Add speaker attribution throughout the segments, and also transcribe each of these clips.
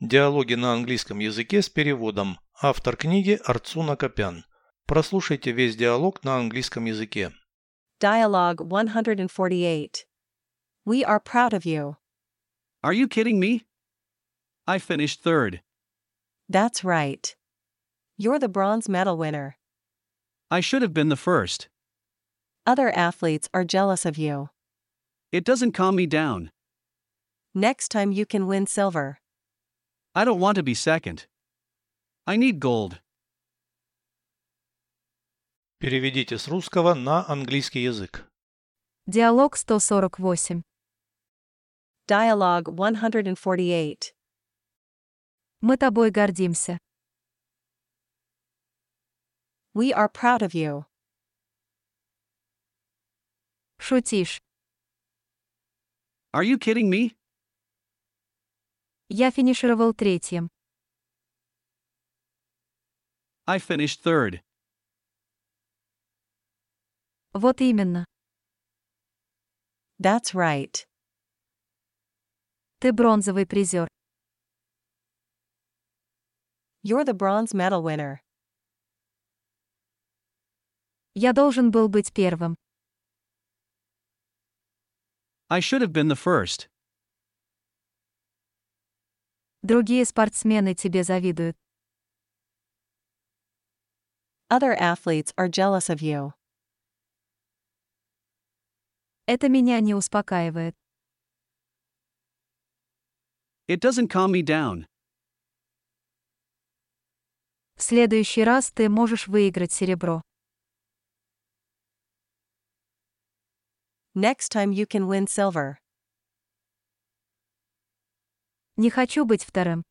Speaker 1: Диалоги на английском языке с переводом. Автор книги Арцуна Копян. Прослушайте весь диалог на английском языке.
Speaker 2: Dialogue 148. We are proud of you.
Speaker 3: Are you kidding me? I finished third.
Speaker 2: That's right. You're the bronze medal winner.
Speaker 3: I should have been the first.
Speaker 2: Other athletes are jealous of you.
Speaker 3: It doesn't calm me down.
Speaker 2: Next time you can win silver.
Speaker 3: I don't want to be second. I need gold.
Speaker 1: Переведите с русского на английский язык.
Speaker 4: Диалог 148.
Speaker 2: Dialogue 148.
Speaker 4: Мы тобой гордимся.
Speaker 2: We are proud of you.
Speaker 4: Шутишь.
Speaker 3: Are you kidding me?
Speaker 4: Я финишировал третьим.
Speaker 3: I finished third.
Speaker 4: Вот именно.
Speaker 2: That's right.
Speaker 4: Ты бронзовый призер.
Speaker 2: You're the bronze medal winner.
Speaker 4: Я должен был быть первым.
Speaker 3: I should have been the first.
Speaker 4: Другие спортсмены тебе завидуют.
Speaker 2: Other athletes are jealous of you.
Speaker 4: Это меня не успокаивает.
Speaker 3: It doesn't calm me down.
Speaker 4: В следующий раз ты можешь выиграть серебро.
Speaker 2: Next time you can win silver.
Speaker 4: Не хочу быть вторым.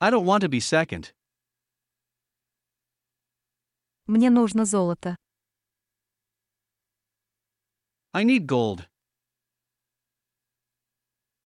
Speaker 3: I don't want to be second.
Speaker 4: Мне нужно золото.
Speaker 3: I need gold.